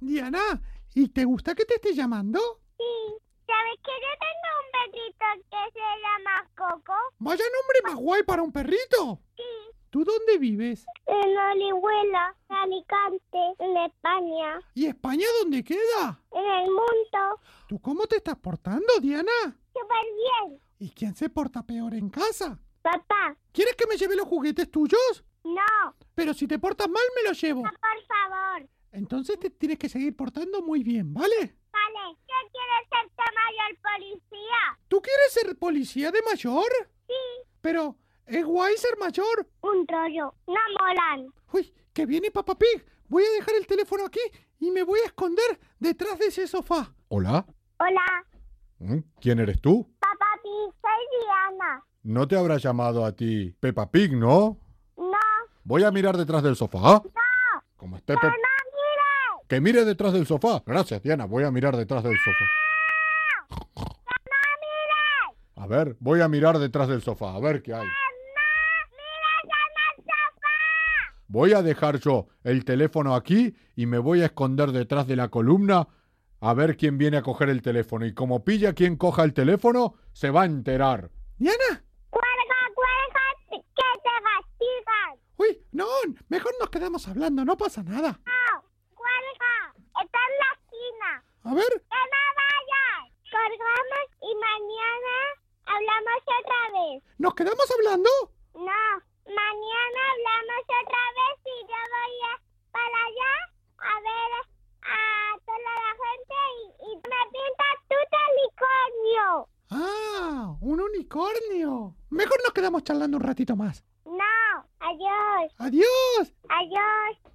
Diana, ¿y te gusta que te esté llamando? Sí. ¿Sabes que yo tengo un perrito que se llama Coco? Vaya nombre más guay para un perrito. Sí. ¿Tú dónde vives? En Orihuela, en Alicante, en España, ¿Y España dónde queda? en el mundo. ¿Tú cómo te estás portando, Diana? Súper bien. ¿Y quién se porta peor en casa? Papá, ¿Quieres que me lleve los juguetes tuyos? no, Pero si te portas mal, me los llevo. por favor. Entonces te tienes que seguir portando muy bien, ¿vale? Vale, yo quiero ser mayor policía. ¿Tú quieres ser policía de mayor? Sí, Pero es guay ser mayor. un rollo. No molan. Uy, que viene Papá Pig. Voy a dejar el teléfono aquí y me voy a esconder detrás de ese sofá. Hola, Hola, ¿Mm? ¿quién eres tú? papá, Pi, soy Diana. No te habrá llamado a ti Peppa Pig, ¿no? No, Voy a mirar detrás del sofá. no, Como esté no, Pe- no mires. Que mire detrás del sofá. Gracias, Diana. Voy a mirar detrás del sofá. No, no mires. A ver, voy a mirar detrás del sofá. A ver qué hay. No, mires en el sofá. Voy a dejar yo el teléfono aquí y me voy a esconder detrás de la columna a ver quién viene a coger el teléfono. Y como pilla quien coja el teléfono, se va a enterar. Diana. Cuelga, cuelga, que te castigan. Uy, no, mejor nos quedamos hablando, no pasa nada. No, cuelga. Está en la esquina. A ver, ¡Que no vayas! Colgamos y mañana hablamos otra vez. ¿nos quedamos hablando? No, mañana hablamos otra vez y yo voy a, para allá a ver a toda la gente y, y me pintas tu telicornio. Ah, un unicornio. Mejor nos quedamos charlando un ratito más. No, adiós, Adiós. adiós.